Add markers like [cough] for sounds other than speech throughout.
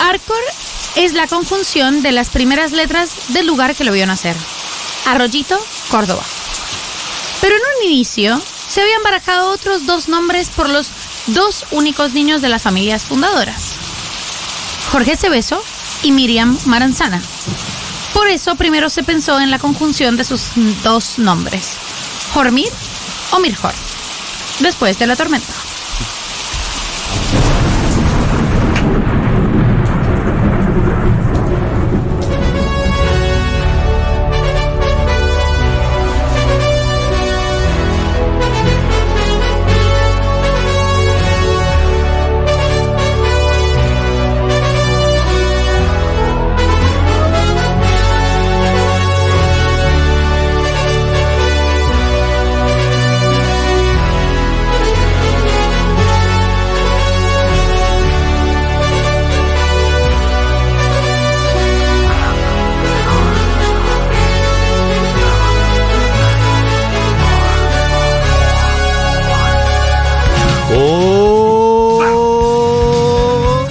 Arcor es la conjunción de las primeras letras del lugar que lo vio nacer. Arroyito, Córdoba. Pero en un inicio se habían barajado otros dos nombres por los dos únicos niños de las familias fundadoras. Jorge Cebeso y Miriam Maranzana. Por eso primero se pensó en la conjunción de sus dos nombres, Jormir o Mirjor, después de la tormenta. Oh.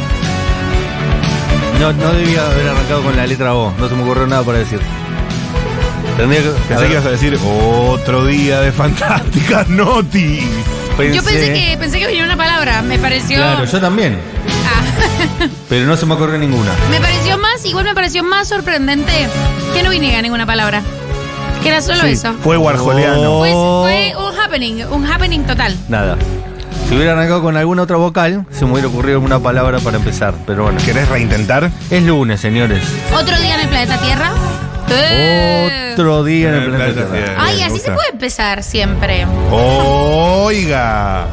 No, no debía haber arrancado con la letra O, no se me ocurrió nada para decir. Tendría que. a Pensé ver, que ibas a decir otro día de [laughs] fantásticas noti. Yo pensé que pensé que venía una palabra, me pareció Claro, yo también. Ah, [laughs] Pero no se me ocurrió ninguna. me pareció más, igual me pareció más sorprendente que no viniera ninguna palabra. Que era solo Sí. eso. Fue warjoleano. Pues Oh. fue un happening, un happening total. Nada. Si hubiera arrancado con alguna otra vocal, se me hubiera ocurrido una palabra para empezar. Pero bueno. ¿Querés reintentar? Es lunes, señores. Otro día en el planeta Tierra. Eh. Otro día en el Eh, planeta planeta Tierra. Tierra. Ay, Me así se gusta. puede empezar siempre. Oiga.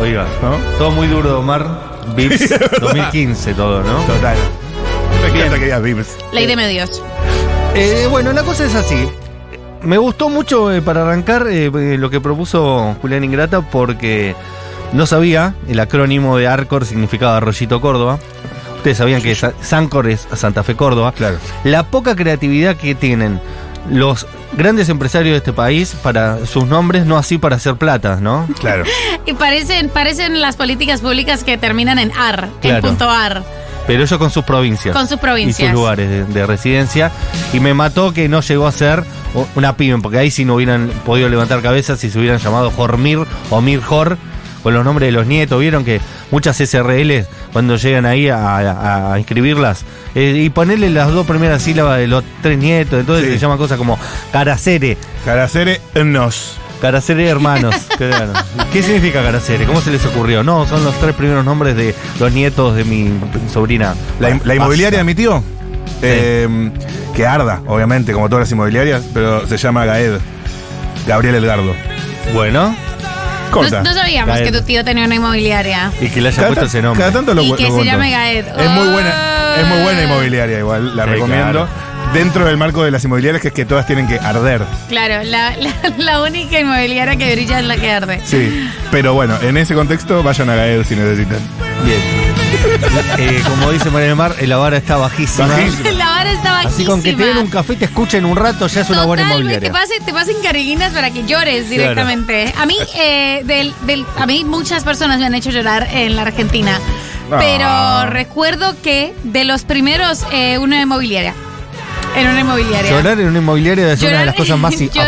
Oiga, ¿No? todo muy duro de Omar. [laughs] Vips 2015 todo, ¿no? Total. Me Bien. encanta que digas Vips. Ley de medios. Eh, bueno, la cosa es así. Me gustó mucho eh, para arrancar eh, eh, lo que propuso Julián Ingrata porque no sabía el acrónimo de ARCOR significaba Arroyito Córdoba. Ustedes sabían que Sa- Sancor es Santa Fe Córdoba. Claro. La poca creatividad que tienen los grandes empresarios de este país para sus nombres, no así para hacer plata, ¿no? Claro. Y parecen, parecen las políticas públicas que terminan en AR, en Claro. punto AR. Pero ellos con sus provincias. Con sus provincias. Y sus lugares de, de residencia. Y me mató que no llegó a ser o- una pyme, porque ahí sí no hubieran podido levantar cabezas si se hubieran llamado Jormir o Mirjor, con los nombres de los nietos. Vieron que muchas SRL, cuando llegan ahí a, a- a inscribirlas, eh, y ponerle las dos primeras sílabas de los tres nietos, entonces Sí. se llaman cosas como Caracere, Caracere nos. Caracere [laughs] hermanos. claro. ¿Qué significa Caracere? ¿Cómo se les ocurrió? No, son los tres primeros nombres de los nietos de mi sobrina. La, la Basta. inmobiliaria de mi tío. eh, que arda, obviamente, como todas las inmobiliarias, pero se llama Gaed. Gabriel Elgardo. Bueno. No, Corta. no sabíamos Gael. que tu tío tenía una inmobiliaria. Y que le haya Cada puesto ta- ese nombre. cada tanto lo Y cu- que lo se cuento. llame Gaed. Oh. Es muy buena, es muy buena inmobiliaria igual, la Sí, recomiendo. Dentro del marco de las inmobiliarias que es que todas tienen que arder. Claro, la, [laughs] la- la única inmobiliaria que brilla es la que arde. Sí. Pero bueno, en ese contexto vayan a Gaed si necesitan. Bien. [laughs] Eh, como dice María del Mar, eh, la vara está bajísima. Bajísima. [laughs] La vara está bajísima. Así con que te den un café y te escuchen un rato, ya es una buena Totalmente, te inmobiliaria. pasen, te pasen carguinas para que llores directamente. A mí, eh, del, del- a mí muchas personas me han hecho llorar en la Argentina. Ah. Pero recuerdo que de los primeros, eh, una inmobiliaria. En una inmobiliaria. Llorar en una inmobiliaria es una de las cosas más i- llor-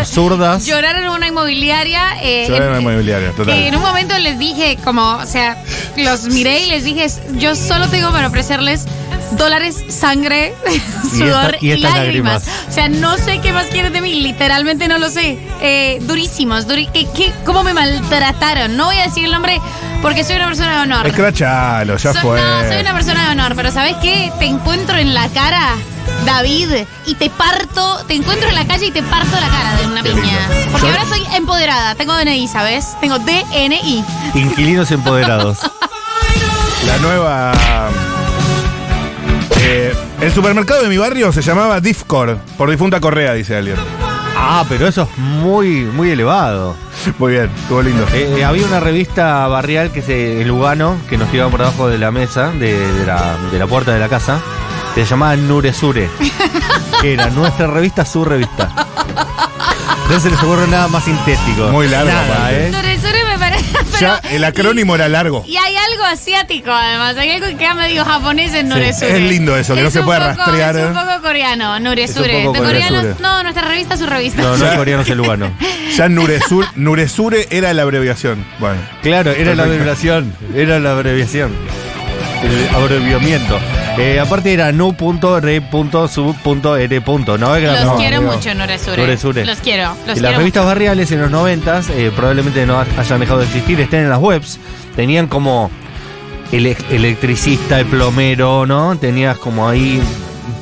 [laughs] absurdas. Llorar en una inmobiliaria. eh, Llorar en una inmobiliaria, total. que en un momento les dije, como, o sea, los miré y les dije, yo solo tengo para ofrecerles dólares, sangre, Y sudor esta- y, y estas lágrimas. lágrimas. O sea, no sé qué más quieren de mí, literalmente no lo sé. Eh, durísimos, duri ¿qué- qué- cómo me maltrataron? No voy a decir el nombre porque soy una persona de honor. Escrachalo, ya So- fue. No, soy una persona de honor, pero ¿sabes qué? Te encuentro en la cara, David, y te parto, te encuentro en la calle y te parto la cara de una Qué piña. lindo. Porque Yo- ahora soy empoderada, tengo DNI, ¿sabes? Tengo DNI. Eh. Inquilinos empoderados. [laughs] La nueva. eh, el supermercado de mi barrio se llamaba Difcor, por difunta Correa, dice alguien. Ah, pero eso es muy, muy elevado. Muy bien, estuvo lindo. Eh, eh, había una revista barrial que se, el Lugano, que nos tiraba por debajo de la mesa, de, de la, de la puerta de la casa, que se [laughs] llamaba Nuresure. Que era nuestra revista, su revista. No se les ocurre nada más sintético. Muy largo, Nada, aparte. ¿eh? Sobre- sobre me parece, [laughs] pero ya el acrónimo era largo. Y hay algo asiático, además. Hay algo que queda medio japonés en Nuresure. es lindo eso, que no Es se un puede poco- rastrear, Es un ¿eh? poco coreano, Nuresure. Es un poco de coreanos, Nuresure. no, nuestra revista es su revista. No, no es coreano, es el lugano. Ya Nuresur, [laughs] Nuresure era la abreviación. Bueno. Claro, era la Perfecto. abreviación, era la abreviación. El abreviamiento. Eh, aparte era nu.re.sub.r. ¿no? Era Los como- quiero amigo. mucho, Nuresure. Nuresure. Los quiero, los Y quiero. las revistas barriales en los 90 probablemente no hayan dejado de existir, estén en las webs. Tenían como ele- electricista, el plomero, ¿no? Tenías como ahí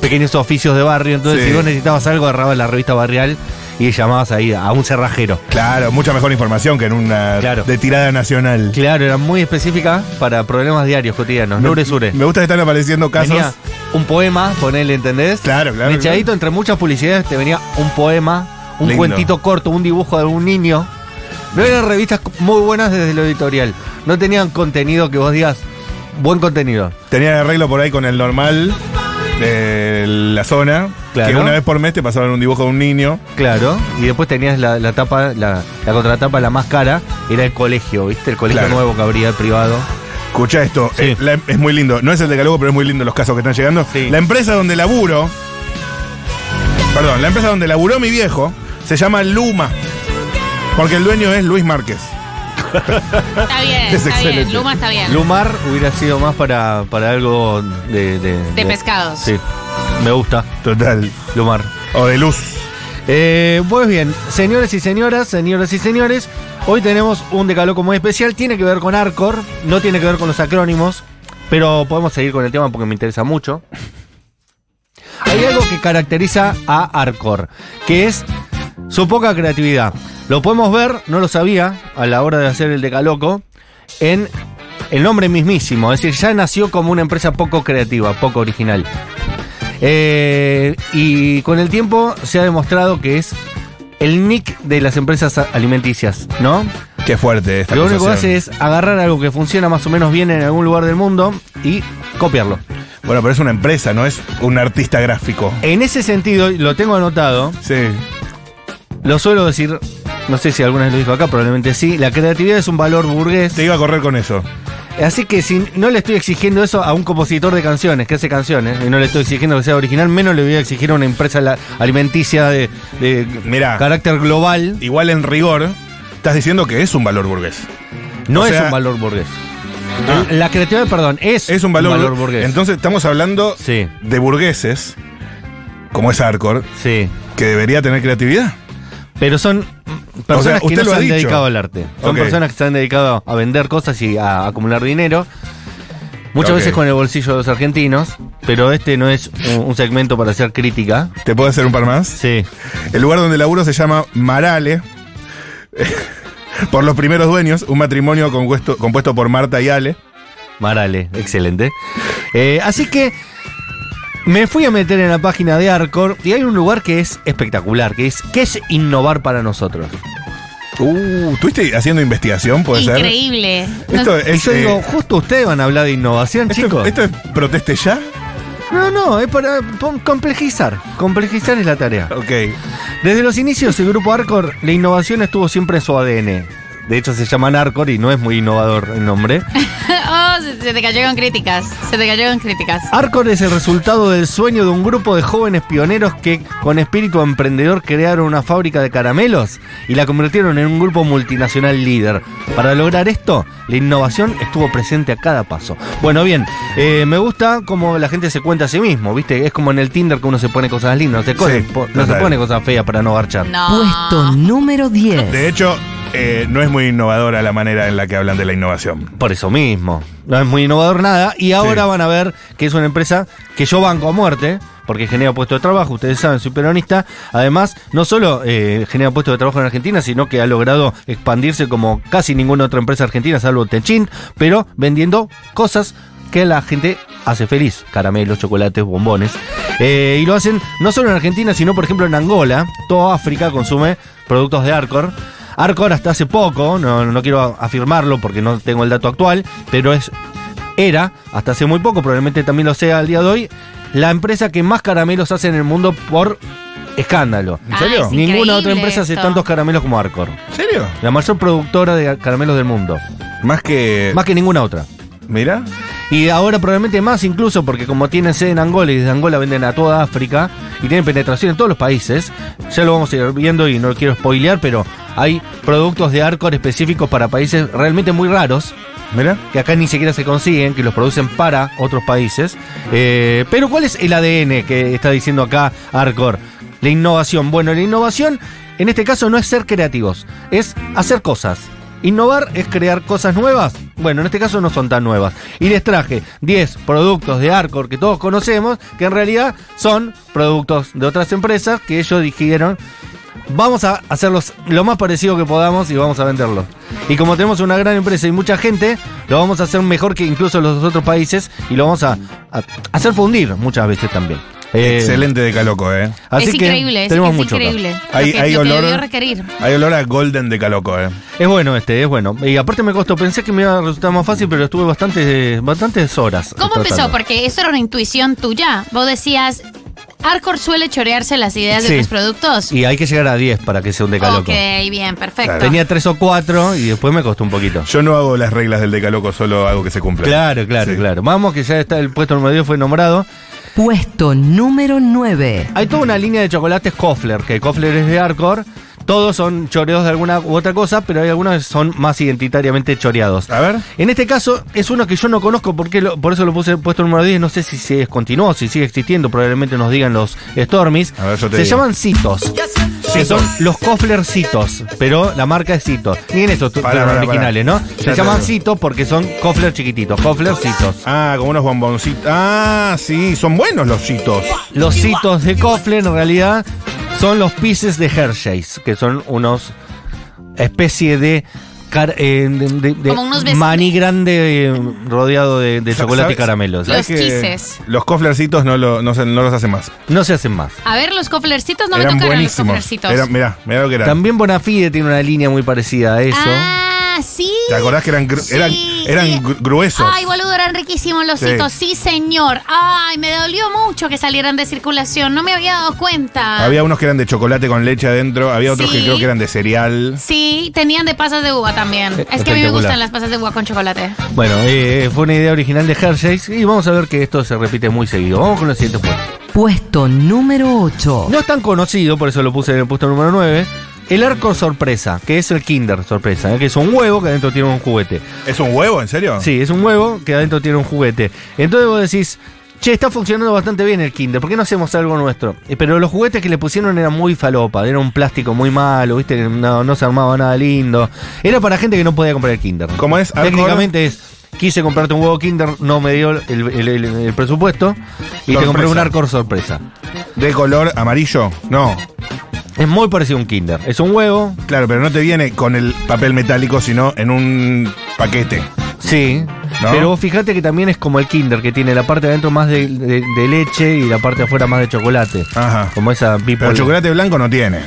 pequeños oficios de barrio. Entonces, Sí. si vos necesitabas algo, agarrabas la revista barrial y llamabas ahí a un cerrajero. Claro, mucha mejor información que en una Claro. de tirada nacional. Claro, era muy específica para problemas diarios cotidianos. Me- Nure Sure. Me gusta que están apareciendo casos. Venía un poema, ponele, ¿entendés? Claro, claro, Mechadito claro. entre muchas publicidades te venía un poema, un Lindo. cuentito corto, un dibujo de un niño. No eran revistas muy buenas desde lo editorial. No tenían contenido que vos digas buen contenido. Tenían arreglo por ahí con el normal de la zona. Claro. Que una vez por mes te pasaban un dibujo de un niño. Claro. Y después tenías la, la tapa, la, la contratapa, la más cara, era el colegio, ¿viste? El colegio Claro. nuevo que abría el privado. Escucha esto, Sí. eh, la- es muy lindo. No es el de Calogo, pero es muy lindo los casos que están llegando. Sí. La empresa donde laburo. Perdón, la empresa donde laburó mi viejo se llama Luma. Porque el dueño es Luis Márquez. Está bien, Es está bien. excelente. Luma está bien. Lumar hubiera sido más para, para algo de, de- De pescados. Sí. Me gusta, Total. Lumar. O de Luz. Eh, pues bien, señores y señoras, señoras y señores, hoy tenemos un decaloco muy especial. Tiene que ver con Arcor, no tiene que ver con los acrónimos, pero podemos seguir con el tema porque me interesa mucho. Hay algo que caracteriza a Arcor, que es su poca creatividad. Lo podemos ver, no lo sabía, a la hora de hacer el decaloco, en el nombre mismísimo. Es decir, ya nació como una empresa poco creativa, poco original. Eh, y con el tiempo se ha demostrado que es el nick de las empresas a- alimenticias, ¿no? Qué fuerte esta Lo único que acusación. hace es agarrar algo que funciona más o menos bien en algún lugar del mundo y copiarlo. Bueno, pero es una empresa, no es un artista gráfico. En ese sentido, y lo tengo anotado, Sí. lo suelo decir, no sé si alguna vez lo dijo acá, probablemente sí, la creatividad es un valor burgués. Te iba a correr con eso. Así que si no le estoy exigiendo eso a un compositor de canciones que hace canciones, y no le estoy exigiendo que sea original, menos le voy a exigir a una empresa la- alimenticia de, de Mirá. carácter global. Igual en rigor, estás diciendo que es un valor burgués. No O es sea- un valor burgués. Ah. La creatividad, perdón, es, Es un valor, burgués. Entonces estamos hablando Sí. de burgueses, como es Arcor, sí. que debería tener creatividad. Pero son O sea, personas que usted no lo se ha han dicho. dedicado al arte. Son Ok. personas que se han dedicado a vender cosas y a acumular dinero. Muchas Ok. veces con el bolsillo de los argentinos, pero este no es un, un segmento para hacer crítica. ¿Te puedo hacer un par más? Sí. El lugar donde laburo se llama Marale. [laughs] por los primeros dueños, un matrimonio compuesto, compuesto por Marta y Ale. Marale, excelente. Eh, así que me fui a meter en la página de Arcor y hay un lugar que es espectacular, que es ¿qué es innovar para nosotros? Uh, ¿Estuviste haciendo investigación? ¿Puede ser? Increíble. Esto Nos- Y es, yo digo, eh, justo ustedes van a hablar de innovación, esto, chicos. esto es proteste ya. No, no, es para pon- complejizar. Complejizar es la tarea. Ok. Desde los inicios del grupo Arcor, la innovación estuvo siempre en su ADN. De hecho, se llaman Arcor y no es muy innovador el nombre. [laughs] oh, se, se te cayó con críticas. Se te cayó con críticas. Arcor es el resultado del sueño de un grupo de jóvenes pioneros que, con espíritu emprendedor, crearon una fábrica de caramelos y la convirtieron en un grupo multinacional líder. Para lograr esto, la innovación estuvo presente a cada paso. Bueno, bien, eh, me gusta cómo la gente se cuenta a sí mismo, ¿viste? Es como en el Tinder que uno se pone cosas lindas, no se, pone- Sí, po- no se total. pone cosas feas para no Ah, garchar. Puesto No. número 10. De hecho, eh, no es muy innovadora la manera en la que hablan de la innovación. Por eso mismo. No es muy innovador nada. Y ahora Sí. van a ver que es una empresa que yo banco a muerte, porque genera puestos de trabajo. Ustedes saben, soy peronista. Además, no solo eh, genera puestos de trabajo en Argentina, sino que ha logrado expandirse como casi ninguna otra empresa argentina, salvo Techin, pero vendiendo cosas que la gente hace feliz. Caramelos, chocolates, bombones. Eh, y lo hacen no solo en Argentina, sino por ejemplo en Angola. Toda África consume productos de Arcor. Arcor hasta hace poco, no, no quiero afirmarlo porque no tengo el dato actual, pero es era, hasta hace muy poco, probablemente también lo sea al día de hoy, la empresa que más caramelos hace en el mundo por escándalo. ¿En serio? Ah, es Ninguna increíble otra empresa hace esto. tantos caramelos como Arcor. ¿En serio? La mayor productora de caramelos del mundo. Más que. Más que ninguna otra. Mira. Y ahora probablemente más incluso porque como tienen sede en Angola y desde Angola venden a toda África y tienen penetración en todos los países, ya lo vamos a ir viendo y no lo quiero spoilear, pero hay productos de Arcor específicos para países realmente muy raros Mira. que acá ni siquiera se consiguen, que los producen para otros países. Eh, pero ¿cuál es el ADN que está diciendo acá Arcor? La innovación. Bueno, la innovación en este caso no es ser creativos, es hacer cosas. Innovar es crear cosas nuevas. Bueno, en este caso no son tan nuevas. Y les traje 10 productos de Arcor que todos conocemos, que en realidad son productos de otras empresas que ellos dijeron, Vamos a hacerlos lo más parecido que podamos y vamos a venderlos. Y como tenemos una gran empresa y mucha gente, lo vamos a hacer mejor que incluso los otros países y lo vamos a, a- a hacer fundir muchas veces también. Eh, Excelente de Caloco, ¿eh? Así es que increíble, es, tenemos es mucho acá. increíble. Hay- lo que, hay lo que olor- debió requerir. Hay olor a Golden de Caloco, ¿eh? Es bueno este, es bueno. Y aparte me costó, pensé que me iba a resultar más fácil, pero estuve bastantes, bastantes horas. ¿Cómo empezó? tratando. Porque eso era una intuición tuya. Vos decías, Arcor suele chorearse las ideas Sí. de los productos. Y hay que llegar a 10 para que sea un decaloco. ok, bien, perfecto. Tenía 3 o 4 y después me costó un poquito. Yo no hago las reglas del Decaloco, solo hago que se cumplan. Claro, claro, Sí. claro. Vamos, que ya está el puesto número 10 fue nombrado. Puesto número 9. Hay toda una línea de chocolates Kofler, que Kofler es de Arcor. Todos son choreos de alguna u otra cosa, pero hay algunos que son más identitariamente choreados. A ver. En este caso, es uno que yo no conozco, porque lo- por eso lo puse puesto número 10. No sé si se descontinuó, si sigue existiendo, probablemente nos digan los Stormies. A ver, yo te se digo. llaman Citos, que son los Kofler Citos, pero la marca es Citos. Ni en estos Pará, fueron pará, originales, pará. ¿no? Ya Se te llaman digo. Citos porque son Kofler chiquititos, Kofler Citos. Ah, como unos bomboncitos. Ah, sí, son buenos los chitos. Los hitos de Kofler en realidad son los pieces de Hershey's, que son unos especie de, car- eh, de- de- de Como unos bes- maní grande eh, rodeado de, de Sa- chocolate y ¿sabes? caramelo. Los que kisses. Los coflercitos no, lo- no, se- no los hacen más. No se hacen más. A ver, los coflercitos no eran me tocaron los buenísimos. coflercitos. Eran- mirá, mirá lo que eran. También Bonafide tiene una línea muy parecida a eso. Ah, sí. ¿Te acordás que eran, gru- Sí, eran, eran sí. gru- gruesos? Ay, boludo, eran riquísimos los Sí. hitos. Sí, señor. Ay, me dolió mucho que salieran de circulación. No me había dado cuenta. Había unos que eran de chocolate con leche adentro, había otros Sí. que creo que eran de cereal. Sí, tenían de pasas de uva también. Eh, Es que a mí me espectacular. gustan las pasas de uva con chocolate. Bueno, eh, fue una idea original de Hershey's y vamos a ver que esto se repite muy seguido. Vamos con los siguiente puesto. Puesto número 8. No es tan conocido, por eso lo puse en el puesto número 9. El arco sorpresa, que es el Kinder sorpresa, eh, que es un huevo que adentro tiene un juguete. ¿Es un huevo, en serio? Sí, es un huevo que adentro tiene un juguete. Entonces vos decís, che, está funcionando bastante bien el Kinder, ¿por qué no hacemos algo nuestro? Eh, Pero los juguetes que le pusieron eran muy falopa, era un plástico muy malo, ¿viste? No, no se armaba nada lindo. Era para gente que no podía comprar el Kinder. ¿Cómo es? Alcohol. Técnicamente es. Quise comprarte un huevo Kinder, no me dio el, el- el- el presupuesto y te Sorpresa. compré un arco sorpresa. ¿De color amarillo? No. Es muy parecido a un Kinder. Es un huevo, Claro, pero no te viene con el papel metálico, sino en un paquete. Sí. ¿No? Pero vos fijate que también es como el Kinder, que tiene la parte de adentro más de, de- de leche y la parte de afuera más de chocolate. Ajá. Como esa Pero people. el chocolate blanco no tiene.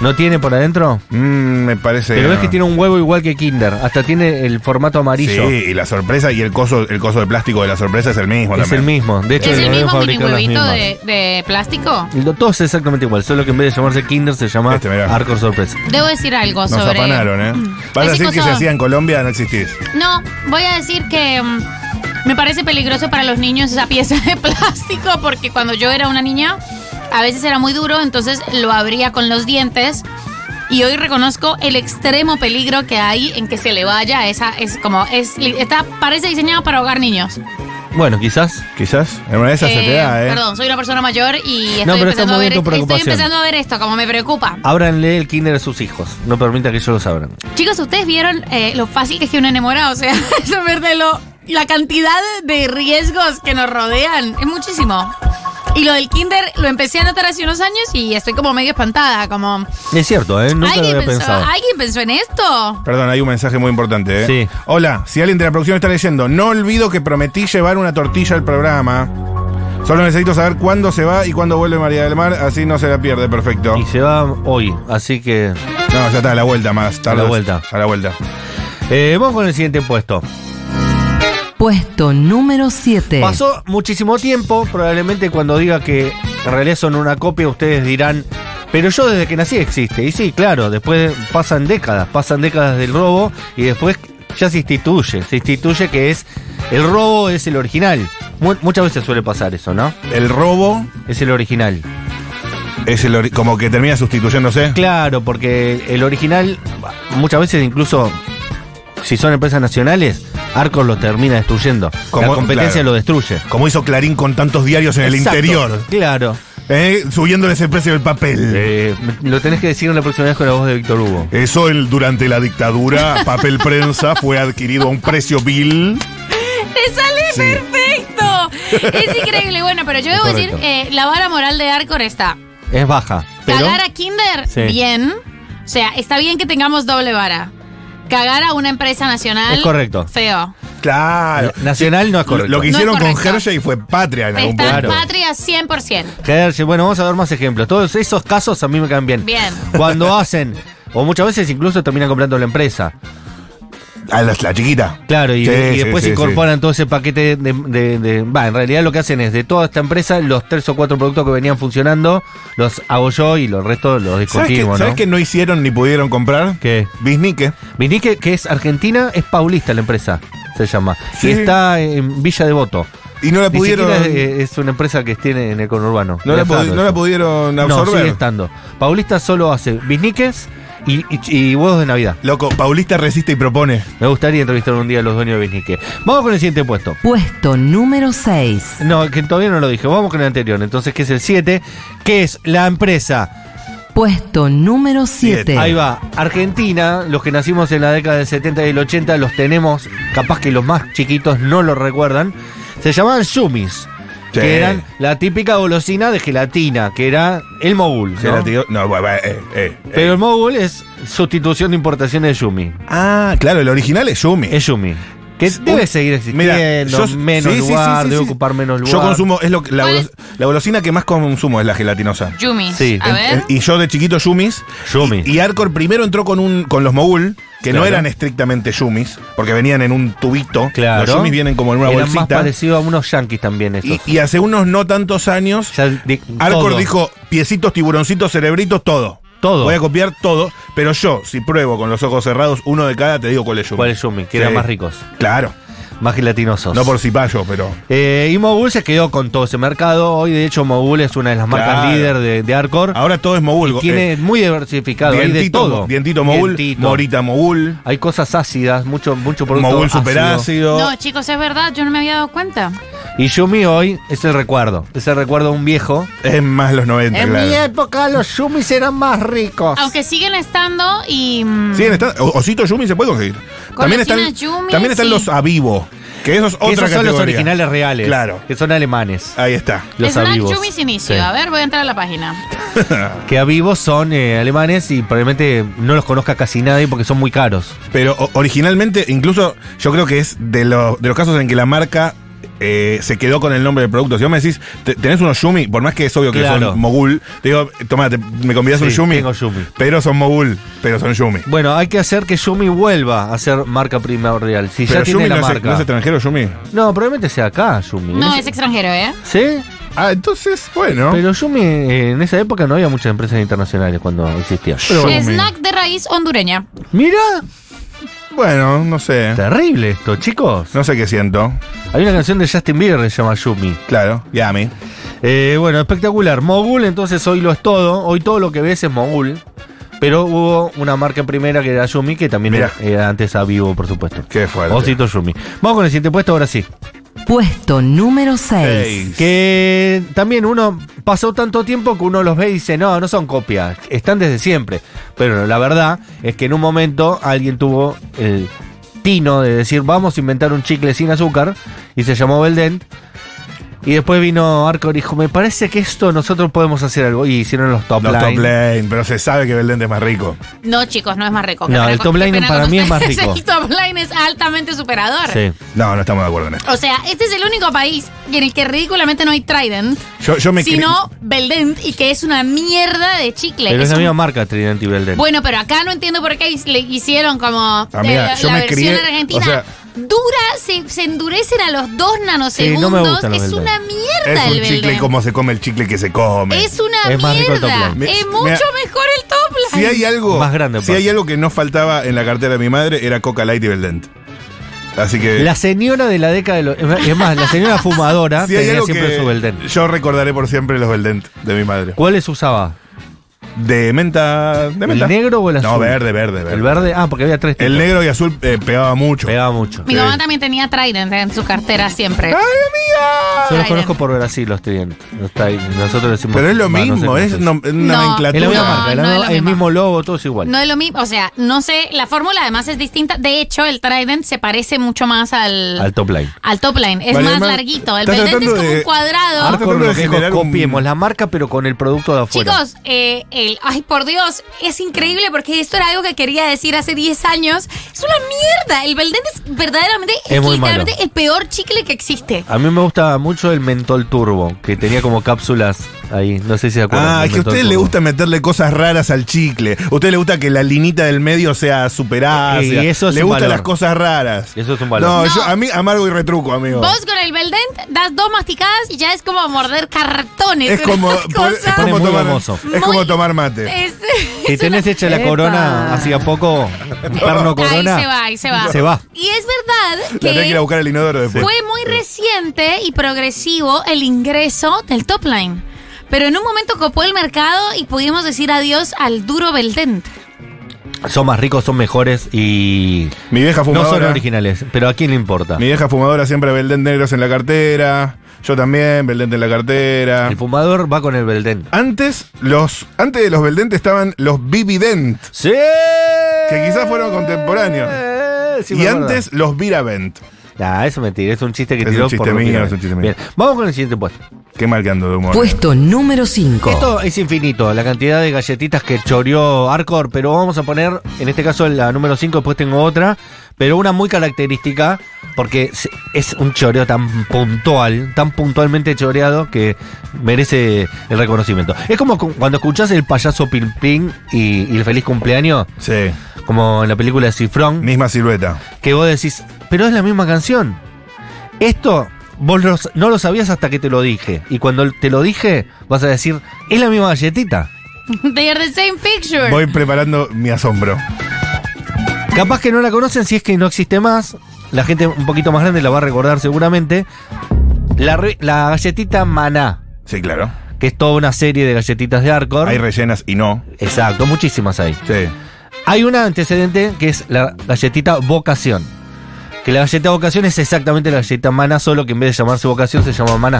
¿No tiene por adentro? Mm, me parece. Pero no. ves que tiene un huevo igual que Kinder. Hasta tiene el formato amarillo. Sí, y la sorpresa y el coso, el coso de plástico de la sorpresa es el mismo es el también. mismo. De hecho, ¿Es lo el deben mismo mini fabricar las huevito mismas. de, de plástico? Lo- Todo es exactamente igual, solo que en vez de llamarse Kinder se llama Este, mirá. Arcor Sorpresa. Debo decir algo Nos sobre. Mm. afanaron, ¿eh? Vas a Ese decir que coso- se hacía en Colombia, no existís. No, voy a decir que mm, me parece peligroso para los niños esa pieza de [laughs] plástico porque cuando yo era una niña a veces era muy duro, entonces lo abría con los dientes y hoy reconozco el extremo peligro que hay en que se le vaya esa es como es li- está parece diseñado para ahogar niños. Bueno, quizás. Quizás. En una de esas se te Eh, da, ¿eh? Perdón, soy una persona mayor y estoy, No, pero está empezando, muy a bien ver, tu estoy preocupación. empezando a ver esto, como me preocupa. Ábranle el Kinder a sus hijos. No permita que ellos lo sabrán. Chicos, ustedes vieron eh, lo fácil que es que uno enamora, o sea, [laughs] eso es de lo, la cantidad de riesgos que nos rodean, es muchísimo. Y lo del kinder lo empecé a notar hace unos años y estoy como medio espantada, como... Es cierto, ¿eh? Nunca lo ¿alguien, había pensó, pensado. ¿Alguien pensó en esto? [laughs] Perdón, hay un mensaje muy importante, ¿eh? Sí. Hola, si alguien de la producción está leyendo, no olvido que prometí llevar una tortilla al programa. Solo necesito saber cuándo se va y cuándo vuelve María del Mar, así no se la pierde, perfecto. Y No, se va hoy, así que ya está, a la vuelta más tarde. A la vuelta. A la vuelta. Eh, vamos con el siguiente puesto. Puesto número 7. Pasó muchísimo tiempo, probablemente cuando diga que en realidad son una copia, ustedes dirán, pero yo desde que nací existe. Y sí, claro, después pasan décadas, pasan décadas del robo y después ya se instituye. Se instituye que es. El robo es el original. Mu- muchas veces suele pasar eso, ¿no? El robo Es el original. es el ori- como que termina sustituyéndose. Claro, porque el original, muchas veces incluso si son empresas nacionales, Arcos lo termina destruyendo. Como- la competencia claro. lo destruye. Como hizo Clarín con tantos diarios en el Exacto, interior. Claro. ¿eh? Subiéndoles el precio del papel. Eh, lo tenés que decir en la próxima vez con la voz de Víctor Hugo. Eso el, durante la dictadura, papel prensa fue adquirido a un precio vil. ¡Te sale perfecto! Es increíble. Bueno, pero yo debo Correcto. decir, eh, la vara moral de Arcor está. Es baja. Pero Cagar a Kinder, Sí. bien. O sea, está bien que tengamos doble vara. Cagar a una empresa nacional. Es correcto. Feo. Claro. Nacional no es Lo, correcto. lo que No es hicieron con correcto. Hershey fue patria en algún Está punto. Claro. patria 100%. Gersh, bueno, vamos a dar más ejemplos. Todos esos casos a mí me caen bien. Bien. Cuando hacen, o muchas veces incluso terminan comprando la empresa. A la, la chiquita. Claro, y, Sí, y sí, después sí, incorporan todo ese paquete de... de- de- Va, en realidad lo que hacen es de toda esta empresa, los tres o cuatro productos que venían funcionando, los hago yo y los restos los sí. ¿Sabes qué, discontinuo, sabes ¿no? qué no hicieron ni pudieron comprar? ¿Qué? Bisnique. Viní que, que es argentina, es paulista la empresa, se llama. Sí. Y está en Villa Devoto. Y no la Ni pudieron. siquiera es, es una empresa que tiene en el conurbano. No Ya la, está, pudi- no la eso. pudieron No, sigue absorber. estando. Paulista solo hace bisniques y, y- y huevos de Navidad. Loco, Paulista resiste y propone. Me gustaría entrevistar un día a los dueños de bisnique. Vamos con el siguiente puesto. Puesto número 6. No, que todavía no lo dije. Vamos con el anterior. Entonces, que es el 7, que es la empresa. Puesto número Siete. 7. Ahí va. Argentina, los que nacimos en la década del 70 y el 80, los tenemos. Capaz que los más chiquitos no lo recuerdan. Se llamaban Yumis. Sí. Que eran la típica golosina de gelatina, que era el mogul. ¿no? Se la tiró- No, bueno, eh, eh, eh. Pero el mogul es sustitución de importaciones de Yumi. Ah, claro, el original es Yumi. Es Yumi. Que Un- debe seguir existiendo, Mira, yo- menos sí, sí, lugar, sí, sí, debe sí. ocupar menos lugar. Yo consumo, es lo que- la, ¿Cuál golos- es? la golosina que más consumo es la gelatinosa. Yumi. Sí. A En- ver. Eh, Y yo de chiquito Yumis. Yumi. Y Arcor primero entró con un con los mogul, que no Claro. eran estrictamente Yumis, porque venían en un tubito. Claro. Los Yumis vienen como en una Eran más bolsita. parecido a unos yanquis también esos. Y, y hace unos no tantos años, Ya di- Arcor todo. dijo piecitos, tiburoncitos, cerebritos, todo. Todo. Voy a copiar todo, pero yo, si pruebo con los ojos cerrados uno de cada, te digo cuál es Yumi. ¿Cuál es Yumi? Que Sí. eran más ricos, Claro. más gelatinosos. No por cipallos, pero. Eh, y Mogul se quedó con todo ese mercado. Hoy, de hecho, Mogul es una de las marcas Claro. líder de, de Arcor. Ahora todo es mogul. Tiene Eh, muy diversificado, hay de dientito, todo. dientito mogul, Dientito. morita mogul, Hay cosas ácidas, mucho, mucho producto mogul ácido. superácido. No, chicos, es verdad, yo no me había dado cuenta. Y Yumi hoy es el recuerdo. Es el recuerdo de un viejo Es más los 90, claro. época los Yumis eran más ricos. Aunque siguen estando y. mm, Sí, está, o- osito Yumi se puede conseguir. También están, Yumi, también están sí. los Avivo, que esos otra Que esos son categoría. los originales reales. Claro. Que son alemanes. Ahí está. Los Snack avivos. Yumis inicio. Sí. A ver, voy a entrar a la página. Que avivos son eh, alemanes y probablemente no los conozca casi nadie porque son muy caros. Pero o- originalmente, incluso yo creo que es de, lo- de los casos en que la marca eh, se quedó con el nombre del producto. Si vos me decís, "Te- tenés unos Yumi, por más que es obvio que Claro. son mogul, te digo, tomá, te- me convidás un Sí, Yumi. tengo Yumi. Pero son mogul, pero son Yumi. Bueno, hay que hacer que Yumi vuelva a ser marca primordial. Si Pero ya tiene Yumi la no es, marca. no es extranjero, Yumi. No, probablemente sea acá, Yumi. No, Es- es extranjero, ¿eh? ¿Sí? Ah, entonces, bueno. Pero Yumi eh, en esa época no había muchas empresas internacionales cuando existía. Pero bueno, Snack de raíz hondureña. Mira, Bueno, no sé. terrible esto, chicos. No sé qué siento. Hay una canción de Justin Bieber que se llama Yumi. Claro, Yami. Eh, bueno, espectacular. Mogul, entonces hoy lo es todo. Hoy todo lo que ves es Mogul. Pero hubo una marca en primera que era Yumi, que también Mirá. era eh, antes a vivo, por supuesto. Qué fuerte. Osito Yumi. Vamos con el siguiente puesto, ahora sí. Puesto número 6. Ey. Que también uno pasó tanto tiempo que uno los ve y dice, no, no son copias, están desde siempre. Pero la verdad es que en un momento alguien tuvo el tino de decir, vamos a inventar un chicle sin azúcar, y se llamó Beldent. Y después vino Arco y dijo, me parece que esto nosotros podemos hacer algo. Y hicieron los top Los line. top lane, pero se sabe que Belén es más rico. No, chicos, no es más rico. Qué No, pena el con- top qué line pena para con mí es más ustedes. rico. [laughs] El top line es altamente superador. Sí. No, no estamos de acuerdo en esto. O sea, este es el único país en el que ridículamente no hay Trident, Yo, yo me sino Beldent, y que es una mierda de chicle. Pero Es es la un- misma marca Trident y Beldent. Bueno, pero acá no entiendo por qué le hicieron como eh, Amiga, la, Ah, yo la me versión crié, argentina. o sea- dura, se, se endurecen a los dos Sí, nanosegundos. no me gustan los es Beldent. una crié- mierda es el un chicle Beldent. como se come el chicle que se come. Es una Es más rico el top mierda. line. Es Me- mucho me- mejor el top line. si hay algo Más grande, si hay aparte. algo que no faltaba en la cartera de mi madre era Coca Light y Belén. Así que. La señora de la década de los. Es más, la [laughs] señora fumadora si hay tenía algo siempre que su Belden. Yo recordaré por siempre los Belden de mi madre. ¿Cuáles usaba? De menta. De menta. ¿El negro o el azul? No, verde, verde, verde. El verde. Ah, porque había tres tipos. El negro y azul eh, pegaba mucho. Pegaba mucho. Mi Sí. mamá también tenía Trident en su cartera siempre. ¡Ay, amiga! Yo los Trident. conozco por Brasil, los tridentes. Los Trident. Nosotros decimos. Pero es lo Va, no sé mismo, cómo es se dice. nom- Es la nomenclatura. misma No, marca, la no es misma- lo el mismo. mismo logo, todo es igual. No es lo mismo, o sea, no sé, la fórmula además es distinta. De hecho, el Trident se parece mucho más al, Al top line. al top line. Es Vale, más además, larguito. El está Belden es tratando como de- Ah, un cuadrado. Ahora Ahora tratando de generar un- copiemos la marca, pero con el producto de afuera. Chicos, eh, el, ay por Dios, es increíble porque esto era algo que quería decir hace 10 años. Es una mierda. El Belden es verdaderamente, Es muy literalmente malo. el peor chicle que existe. Ah, A mí me gustaba mucho el mentol turbo, que tenía como cápsulas ahí. No sé si se acuerdan. Ah, del es que a mentol usted le turbo. gusta meterle cosas raras al chicle. A usted le gusta que la linita del medio sea superada. Y Eh, eso es le un gustan valor. las cosas raras. Eso es un valor. No, No. yo- a mí amargo y retruco, amigo. Vos con el Belden das dos masticadas y ya es como morder cartones. Es [laughs] como, Una por- cosa es como Pone muy tomar, gomoso. es como muy- eh, tomar mate. [laughs] es- Si tenés hecha la Epa. corona hacía poco, un perno corona. Ahí se va, ahí se va. Se va. Y es verdad La tengo que ir a que buscar el inodoro después. fue muy reciente y progresivo el ingreso del top line. Pero en un momento copó el mercado y pudimos decir adiós al duro Belden. [laughs] Son más ricos, son mejores y. Mi vieja No fumadora. son originales, pero a quién le importa. Mi vieja fumadora siempre Belden negros en la cartera. Yo también, Belden en la cartera. El fumador va con el Belden. Antes, los, antes de los Belden estaban los Vivident. ¡Sí! Que quizás fueron contemporáneos. Sí, me y acuerdo. antes, los Viravent. Nah, eso es mentira, es un chiste que Es un tiró chiste por lo mío, que- es un chiste mío. Bien, vamos con el siguiente puesto. Qué mal que ando de humor. Pues eh. Puesto número 5. Esto es infinito, la cantidad de galletitas que choreó Arcor, pero vamos a poner, en este caso la número 5, después tengo otra, pero una muy característica, porque es- es un choreo tan puntual, tan puntualmente choreado, que merece el reconocimiento. Es como cu- cuando escuchás el payaso Pin Pin y, y el feliz cumpleaños, Sí, como en la película de Mm. Cifrón, misma silueta. que vos decís, pero es la misma canción. Esto vos lo s- no lo sabías hasta que te lo dije, y cuando te lo dije, vas a decir, es la misma galletita. They are the same picture. Voy preparando mi asombro. Capaz que no la conocen si es que no existe más. La gente un poquito más grande la va a recordar seguramente. La, re- la galletita Maná, Sí, claro. que es toda una serie de galletitas de Arcor. Hay rellenas y no. Exacto, muchísimas hay. Sí. Hay un antecedente que es la galletita Vocación. Que la galleta Vocación es exactamente la galletita Maná, solo que en vez de llamarse Vocación se llama Maná.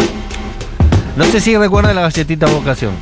No sé si recuerdan la galletita Vocación.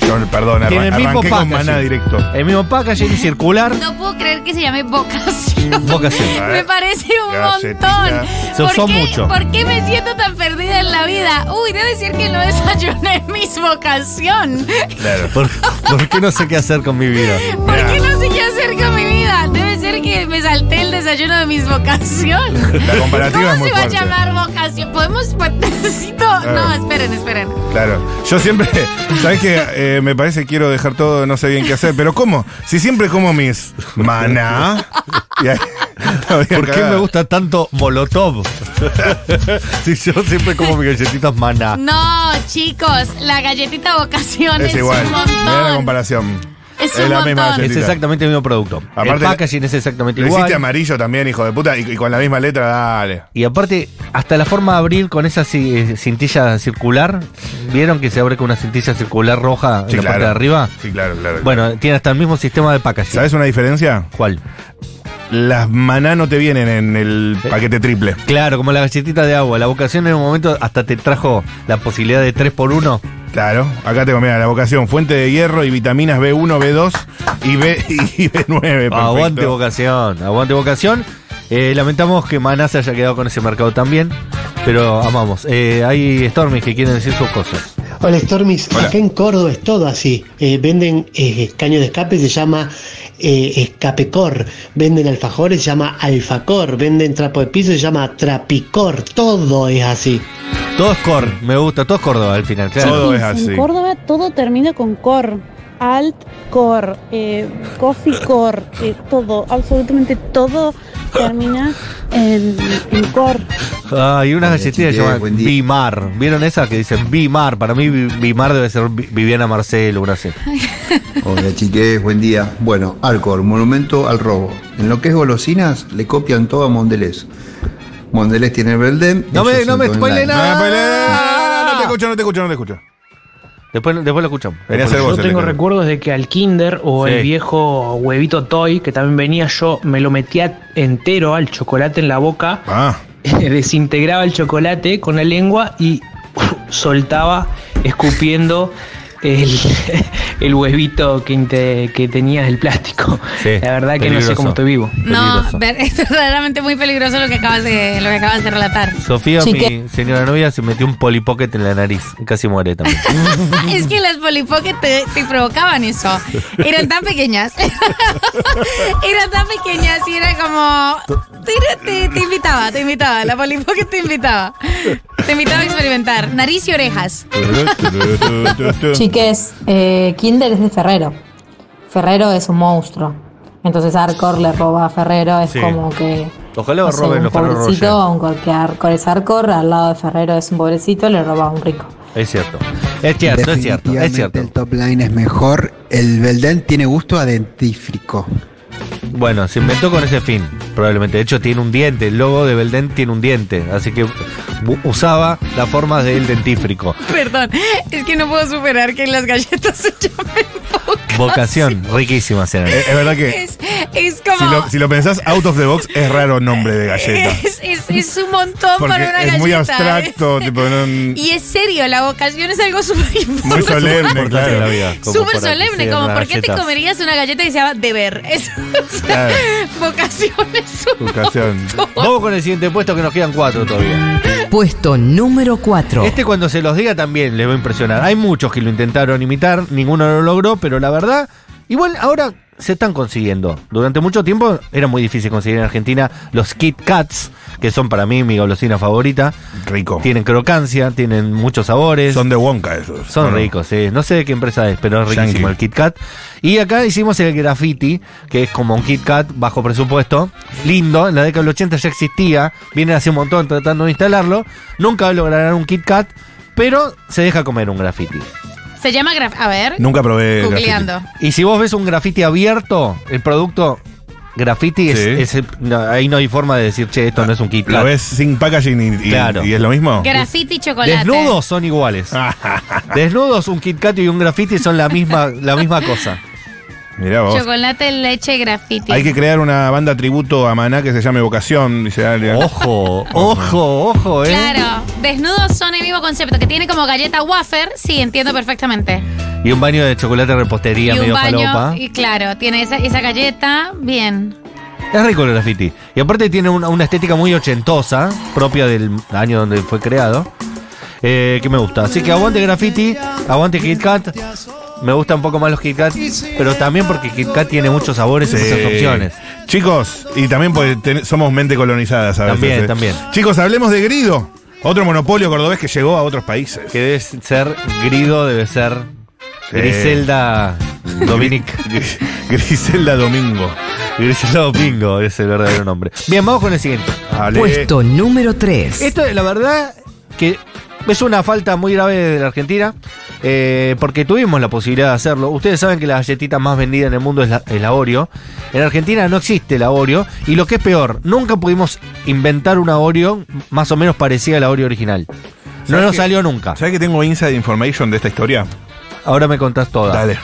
Yo, perdón, Tiene arran- el mismo arranqué con packaging. maná directo. El mismo packaging circular, No puedo creer que se llame [laughs] vocación. Vocación. Me parece un Galletita. montón. Se usó ¿Por qué, mucho. ¿Por qué me siento tan perdida en la vida? Uy, debe decir que no [laughs] desayuné mis vocación. Claro. ¿Por, ¿Por qué no sé qué hacer con mi vida? ¿Por qué no sé qué hacer con mi vida? Debe ser que me salté el desayuno de mis vocación. La comparativa ¿Cómo es muy se va a fuerte. llamar vocación? ¿Podemos? [laughs] Necesito. No, esperen, esperen. Claro. Yo siempre. [laughs] ¿Sabes qué? Eh, me parece que quiero dejar todo, no sé bien qué hacer. Pero ¿cómo? Si siempre como mis maná. y ahí- [laughs] la voy a ¿Por qué cagar. me gusta tanto Molotov? [laughs] si yo siempre como mis galletitas maná. No, chicos, la galletita vocación es, Es igual. un Mira la montón. comparación. Es un la misma montón. Es galletita. exactamente el mismo producto. el Aparte- packaging es exactamente Lo hiciste igual. amarillo también, hijo de puta. Y, y con la misma letra, dale. Y aparte, hasta la forma de abrir con esa ci- eh, cintilla circular, ¿vieron que se abre con una cintilla circular roja Sí, en la parte de arriba? Sí, claro, claro. Bueno, tiene hasta el mismo sistema de packaging. ¿Sabes una diferencia? ¿Cuál? Las maná no te vienen en el paquete triple. Claro, como la galletita de agua. La vocación en un momento hasta te trajo la posibilidad de 3x1. Claro, acá tengo, mira, la vocación, fuente de hierro y vitaminas B1, B2 y, B, y B9. perfecto. Aguante vocación, aguante vocación. Eh, lamentamos que Maná se haya quedado con ese mercado también, pero amamos. Eh, hay Stormy que quieren decir sus cosas. Hola Stormis, Hola. acá en Córdoba es todo así. Eh, venden eh, caño de escape, se llama eh, escapecor. Venden alfajores, se llama alfacor. Venden trapo de piso, se llama trapicor. Todo es así. Todos Cor, me gusta, todos Córdoba al final, claro. Todo Y es En así. Córdoba todo termina con cor. alt core, eh, coffee core, eh, todo, absolutamente todo termina en, en core. Hay unas galletitas que chiquillo, llaman buen día. Bimar. ¿Vieron esas que dicen Bimar? Para mí Bi- Bimar debe ser Vi- Viviana Marcelo, una así. Hola chiques, buen día. Bueno, Alcor, monumento al robo. En lo que es golosinas, le copian todo a Mondelez. Mondelez tiene el Belden. No me- ellos no me Centro spoile Online. nada. No, pero, no, no, no te escucho, no te escucho, no te escucho. Después, después lo escuchamos. Venía a ser Yo vos. tengo el que- recuerdos de que al Kinder o Sí. el viejo huevito Toy, que también venía yo, me lo metía entero al chocolate en la boca, [laughs] Ah, desintegraba el chocolate con la lengua y soltaba escupiendo el, [laughs] el huevito que, inte- que tenías del plástico. Sí, la verdad que no peligroso. sé cómo estoy vivo. No, Peligroso. ver- [laughs] es verdaderamente muy peligroso lo que acabas de, lo que acabas de relatar. Sofía, Sí, mi señora novia, se metió un polipocket en la nariz. y Casi muere también. [laughs] es que las polipoques te, te provocaban eso. Eran tan pequeñas. [laughs] Eran tan pequeñas y era como. Te, te- te invitaba, te invitaba. La polipoque te invitaba. Te invitaba a experimentar. Nariz y orejas. Chiques, eh, Kinder es de Ferrero. Ferrero es un monstruo. Entonces Arcor le roba a Ferrero, es Sí. como que. [laughs] Ojalá no sé, roben un los Ferrero pobrecito, Rocher. un cor- que Arcor es Arcor, al lado de Ferrero es un pobrecito, le roba a un rico. Es cierto. Es cierto, es cierto, es Definitivamente cierto. El top line es mejor. El Belden tiene gusto a dentífrico. Bueno, se inventó con ese fin, probablemente. De hecho, tiene un diente. El logo de Belden tiene un diente. Así que bu- usaba la forma del dentífrico. Perdón, es que no puedo superar que las galletas [laughs] se llamen bocas. Vocación, riquísima cena. es es verdad que Es, es si como. lo, si lo pensás, out of the box es raro nombre de galleta. es, es- es un montón Porque para una es galleta. muy ¿eh? abstracto, tipo, no- Y es serio, la vocación es algo súper muy importante. solemne, Importante en la claro. vida, como Súper para que solemne, sea como una ¿por qué te galleta. comerías una galleta que se llama deber? Es, [laughs] o sea, Claro. vocación es un Vocación. Vamos con el siguiente puesto que nos quedan cuatro todavía. Puesto número 4. Este cuando se los diga también les va a impresionar. Hay muchos que lo intentaron imitar, ninguno lo logró, pero la verdad, igual ahora se están consiguiendo. Durante mucho tiempo era muy difícil conseguir en Argentina los Kit Kats, que son para mí mi golosina favorita. Rico. Tienen crocancia, tienen muchos sabores. Son de Wonka esos. Son ¿o no? ricos, sí. No sé de qué empresa es, pero es riquísimo Yankee. el Kit Kat. Y acá hicimos el graffiti, que es como un Kit Kat bajo presupuesto. Lindo, en la década del 80 ya existía. Vienen hace un montón tratando de instalarlo. Nunca lograrán un Kit Kat, pero se deja comer un graffiti. Se llama graf... A ver, Nunca probé. el googleando. Y si vos ves un graffiti abierto, el producto graffiti es- Sí. es. no, ahí no hay forma de decir, che, esto no es un Kit graffiti. Lo Kat. ves sin packaging y, y- Claro. y es lo mismo. Graffiti y chocolate. Desnudos son iguales. [laughs] Desnudos, un Kit Kat y un graffiti son la misma, la misma cosa. Mirá vos. Chocolate, leche, graffiti. Hay que crear una banda tributo a Maná que se llame Vocación, dice alguien. Oh, [laughs] Ojo, ojo, ojo, eh. Claro, desnudos son el mismo concepto, que tiene como galleta wafer, sí, entiendo perfectamente. Y un baño de chocolate repostería y un medio baño, falopa. y claro, tiene esa, esa galleta, bien. Es rico el graffiti. Y aparte tiene una, una estética muy ochentosa, propia del año donde fue creado, eh, que me gusta. Así que aguante graffiti, aguante Kit Kat. Me gustan un poco más los Kit Kat, pero también porque Kit Kat tiene muchos sabores y Sí. muchas opciones. Chicos, y también porque ten- somos mente colonizada, ¿sabes? También, también. ¿eh? Chicos, hablemos de Grido, otro monopolio cordobés que llegó a otros países. Que debe ser Grido, debe ser Sí. Griselda Dominic. Gris- Griselda Domingo. Griselda Domingo es el verdadero nombre. Bien, vamos con el siguiente. Ale. Puesto número 3. Esto, la verdad, que es una falta muy grave de la Argentina, eh, porque tuvimos la posibilidad de hacerlo. Ustedes saben que la galletita más vendida en el mundo es la, es la Oreo. En Argentina no existe la Oreo, y lo que es peor, nunca pudimos inventar una Oreo más o menos parecida a la Oreo original. No ¿Sabes nos qué? salió nunca. ¿Sabes que tengo inside information de esta historia? Ahora me contás toda. Dale.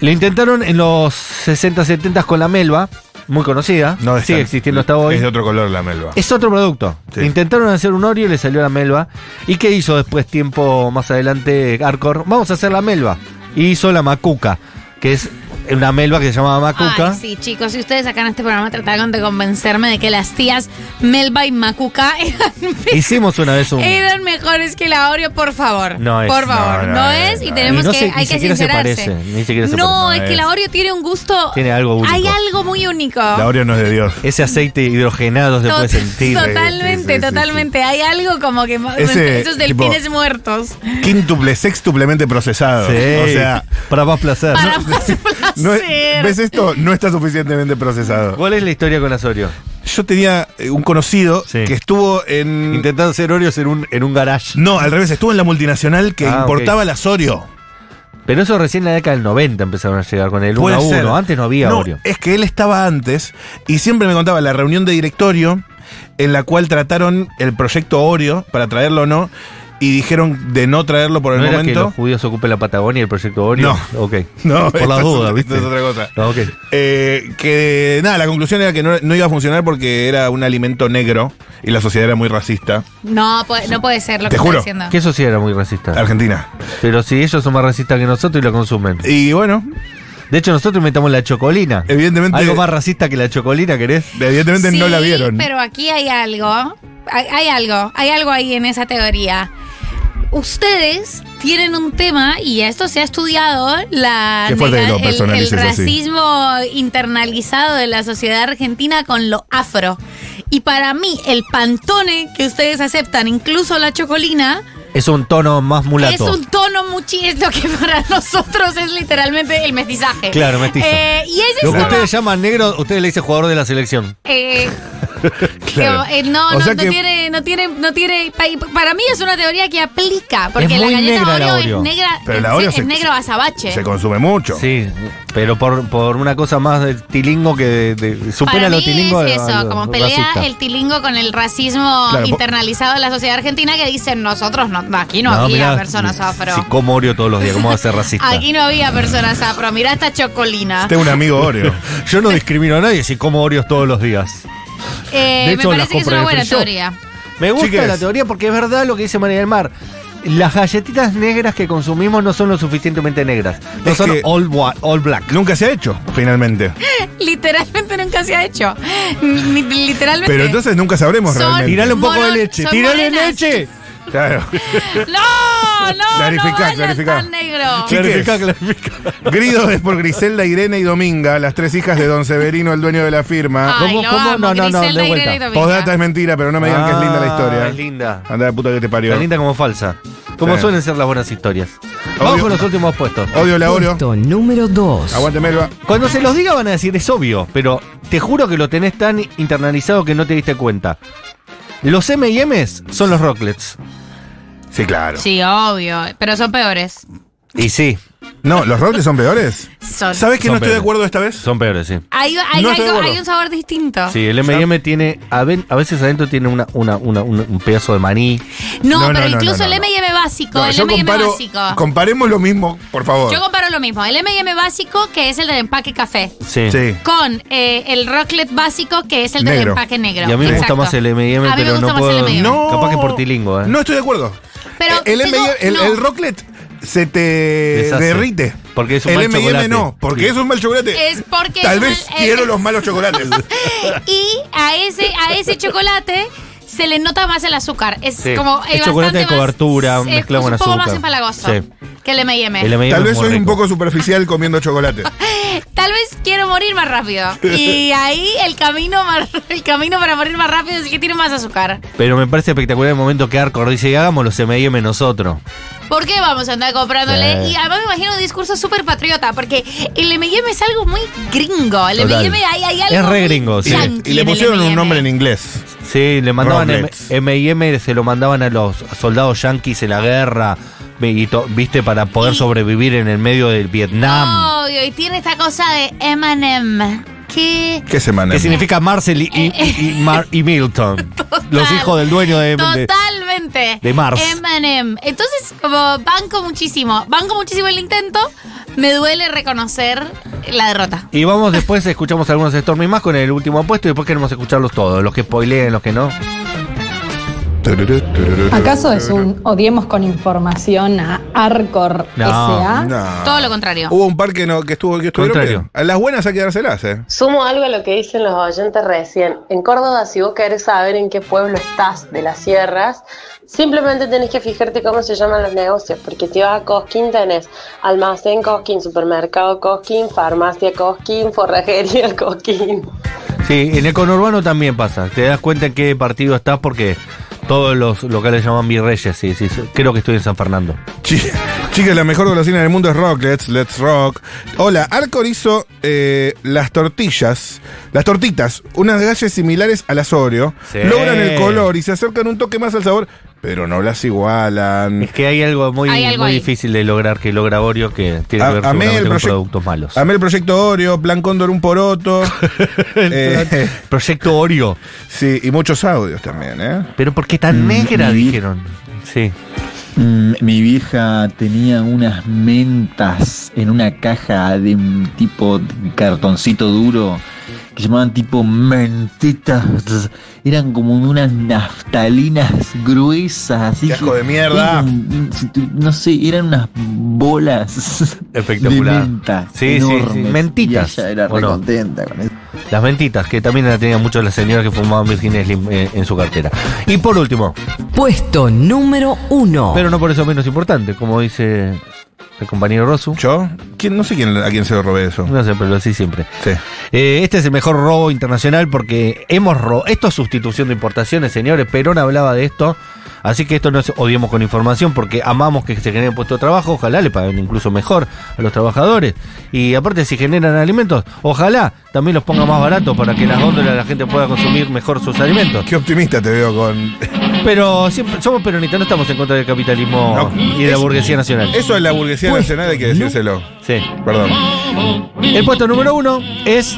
Lo intentaron en los 60, 70 con la Melva, muy conocida. No, sigue esta- existiendo hasta hoy. Es de otro color la melva. Es otro producto. Sí. Intentaron hacer un Oreo y le salió la melva. ¿Y qué hizo después, tiempo más adelante, Arcor? Vamos a hacer la melva. Y hizo la macuca, que es una melva que se llamaba Macuca. Ay, sí, chicos, si ustedes acá en este programa trataron de convencerme de que las tías Melba y Macuca [laughs] eran, me- Hicimos una [laughs] vez un. eran mejores que la Oreo, por favor. No es, Por no, favor, no, no, es y no. tenemos Y no que, se- hay ni que siquiera se sincerarse. parece, ni siquiera se no, parece. es No, que es- la Oreo tiene un gusto. Tiene algo único. Hay algo muy único. La Oreo no es de Dios. Ese aceite hidrogenado se Tot- puede sentir. eh, Totalmente, totalmente. Hay algo como que Ese, esos tipo- delfines muertos. Quíntuple, sextuplemente procesado. Sí. O sea, Para más placer. Para [laughs] más placer. no es- ¿ves esto? No está suficientemente procesado. ¿Cuál es la historia con las Oreo? Yo tenía eh, un conocido Sí. que estuvo en. Intentando hacer Oreos en un, en un garage. No, al revés, estuvo en la multinacional que Ah, importaba ok. las Oreo. Pero eso recién en la década del 90 empezaron a llegar con el 1 Puede a 1. ser. Antes no había Oreo. Es que él estaba antes y siempre me contaba la reunión de directorio en la cual trataron el proyecto Oreo para traerlo o no y dijeron de no traerlo por el ¿No era que momento. los judíos ocupen la Patagonia y el proyecto Oreo? No. Ok. [laughs] No, Por las esto es- dudas, ¿viste? esto es otra cosa. No, Ah, ok. Eh, que nada, la conclusión era que no, no iba a funcionar porque era un alimento negro y la sociedad era muy racista. No, puede- no puede ser lo Te que juro. está diciendo. Que eso sí era muy racista. Argentina. Pero si ellos son más racistas que nosotros y lo consumen. Y bueno, De hecho, nosotros inventamos la chocolina. Evidentemente- Algo más racista que la chocolina, ¿querés? evidentemente no Sí, la vieron. Pero aquí hay algo. Hay, hay algo. Hay algo ahí en esa teoría. Ustedes tienen un tema, y esto se ha estudiado, la Qué fuerte que lo el- el, personalices así. racismo internalizado de la sociedad argentina con lo afro. Y para mí, el pantone que ustedes aceptan, incluso la chocolina, Es un tono más mulato. Es un tono muchi, es lo [laughs] que para nosotros es literalmente el mestizaje. Claro, mestizo. Eh, y ese Lo es que como- ustedes llaman negro, ustedes le dicen jugador de la selección. [laughs] eh, Claro. que, eh, no, O no, sea no que- tiene, no tiene, no tiene. pa- y Para mí es una teoría que aplica, porque Es la muy galleta negra la Oreo, Oreo. es negra, Pero es- la Oreo es, se- negro azabache. Se consume mucho. Sí, pero por, por una cosa más de tilingo que de, de- supera Para lo mí tilingo. es a- eso, a- a- como pelea racista. el tilingo con el racismo Claro, po- internalizado de la sociedad argentina que dicen nosotros no, no, aquí no, había mirá, personas afro. Si como Oreo todos los días, ¿cómo va a ser racista? Aquí no había personas afro. Mirá esta chocolina. Tengo un [laughs] amigo Oreo. Yo no discrimino a nadie si como Oreos todos los días. Eh, De me hecho, las parece que es compro una en el buena free shop. teoría. [laughs] Me gusta Chiques. la teoría porque es verdad lo que dice María del Mar. Las galletitas negras que consumimos no son lo suficientemente negras. No Es son que- all, wa- all black. Nunca se ha hecho, finalmente. Literalmente nunca se ha hecho. [laughs] Ni- Literalmente. Pero entonces nunca sabremos Son- realmente. Tirale un poco Mono- de leche. son ¡Tirale morenas. leche! Claro. ¡No! ¡No! Clarificá, no vayas clarificá. tan negro. Chiques. Clarifica, clarifica. Grido es por Griselda, Irene y Dominga, las tres hijas de Don Severino, el dueño de la firma. Ay, ¿Cómo, lo cómo? amo, No, no, no, Griselda, de vuelta. Irene y Dominga. Postdata es mentira, pero no me digan que es linda la historia. Ah, Es linda. Anda la puta que te parió. Tan linda como falsa. Como Sí. suelen ser las buenas historias. Vamos Obvio. con los últimos puestos. Odio la Oreo. Puesto número 2. Aguante Melba. Cuando se los diga van a decir, es obvio, pero te juro que lo tenés tan internalizado que no te diste cuenta. Los M&M's son los Rocklets. Sí, claro. Sí, obvio. Pero son peores. Y sí, No, ¿los roles son peores? Son. ¿Sabes que Son no peores. estoy de acuerdo esta vez? son peores, sí. Hay, hay No estoy algo- de acuerdo. hay un sabor distinto. Sí, Ah, el M&M tiene, a, ven- a veces adentro tiene una, una, una- un, un pedazo de maní. No, No, no, pero no, incluso no, no, el no. MM básico. No, el yo MM comparo. básico. Comparemos lo mismo, por favor. Yo comparo lo mismo. El MM básico, que es el del empaque café. Sí. Sí. Con eh, el rocklet básico, que es el del Negro. empaque negro. Y a mí me gusta Exacto. más el M&M, A mí me pero gusta no más el puedo... M&M. No. Capaz que por tilingo, ¿eh? No estoy de acuerdo. Pero Eh, el, tengo- M&M el, no. el rocklet se te Deshace. derrite. Porque es un el mal M&M chocolate. no, porque Sí. es un mal chocolate. Es porque Tal es un- vez eh, quiero los [laughs] malos chocolates. Y a ese, a ese chocolate se le nota más el azúcar. Es Sí. como Es chocolate de bastante más- cobertura, es mezclado con un poco azúcar. más empalagoso Sí. que el M&M. El M&M Tal es vez muy soy un rico. poco superficial comiendo chocolate. [laughs] Tal vez quiero morir más rápido. [laughs] Y ahí el camino, más- el camino para morir más rápido es que tiene más azúcar. Pero me parece espectacular el momento que Arcor dice, "Y hagamos los M&M nosotros. ¿Por qué vamos a andar comprándole? Sí. Y además me imagino un discurso súper patriota, porque el M&M es algo muy gringo. El Total. M&M hay, hay algo Es re muy gringo, sí. yankee Y le en el pusieron un M&M. nombre en inglés. Sí, le mandaban M- Rockets. M&M, se lo mandaban a los soldados yanquis en la guerra, y to- viste, para poder Y- sobrevivir en el medio del Vietnam. Obvio, y tiene esta cosa de M&M. Que... ¿Qué semana? Que significa Marcel y, y- y- y Mar- [laughs] y Milton. Los hijos del dueño de... de- Totalmente. de Mars. M&M. Entonces, como banco muchísimo. Banco muchísimo el intento. Me duele reconocer la derrota. y vamos después, escuchamos algunos Stormy más con el último puesto y después queremos escucharlos todos, los que spoileen, los que no. Tururú, tururú, ¿Acaso es tururú. un odiemos con información a Arcor No, S.A.? no. Todo lo contrario. Uh, Hubo un par que, no, que estuvo que estuvieron Contrario. bien. A las buenas hay que dárselas, ¿eh? Sumo algo a lo que dicen los oyentes recién. En Córdoba, si vos querés saber en qué pueblo estás de las sierras, simplemente tenés que fijarte cómo se llaman los negocios, porque si vas a Cosquín tenés almacén Cosquín, supermercado Cosquín, farmacia Cosquín, forrajería Cosquín. Sí, en el conurbano también pasa. Te das cuenta en qué partido estás porque todos los locales llaman virreyes. Sí, sí, creo que estoy en San Fernando. Chi- Chicas, la mejor golosina del mundo es Rocklets, Let's Rock. Hola, Arcor hizo eh, las tortillas, las tortitas, unas galles similares a las Oreo. Sí. Logran el color y se acercan un toque más al sabor, pero no las [laughs] igualan. Es que hay algo muy, Hay algo muy ahí. difícil de lograr que logra Oreo que tiene A- que ver amé el seguramente con proyec- productos malos. Amé el proyecto Oreo, Plan Cóndor un poroto. [laughs] Eh, Proyecto Oreo. sí, y muchos audios también, ¿eh? Pero porque tan Mm, negra, mm. dijeron. Sí. Mm, Mi vieja tenía unas mentas en una caja de un tipo de cartoncito duro que llamaban tipo mentitas. Eran como unas naftalinas gruesas, así. ¡Qué asco de mierda! eran- no sé, eran unas bolas Espectacular. de menta. Sí, sí, sí, enormes. mentitas, Y ella era ¿o no? recontenta con eso. Las mentitas, que también la tenían mucho las señoras que fumaban Virginia Slim eh, en su cartera. Y por último, Puesto número uno. Oh. pero no por eso menos importante, como dice el compañero Rosu. ¿Yo? ¿Quién, no sé quién, a quién se lo robé eso. No sé, pero lo sí siempre. Sí. Eh, este es el mejor robo internacional porque hemos robado. Esto es sustitución de importaciones, señores. Perón hablaba de esto. Así que esto no es odiemos con información porque amamos que se generen puestos de trabajo. Ojalá le paguen incluso mejor a los trabajadores. Y aparte, si generan alimentos, ojalá también los ponga más baratos para que en las góndolas la gente pueda consumir mejor sus alimentos. Qué optimista te veo con. [laughs] Pero siempre somos peronistas, no estamos en contra del capitalismo No, y de la es- burguesía nacional. Eso es la burguesía Pues, nacional, hay que decírselo. Sí. Perdón. El puesto número uno es.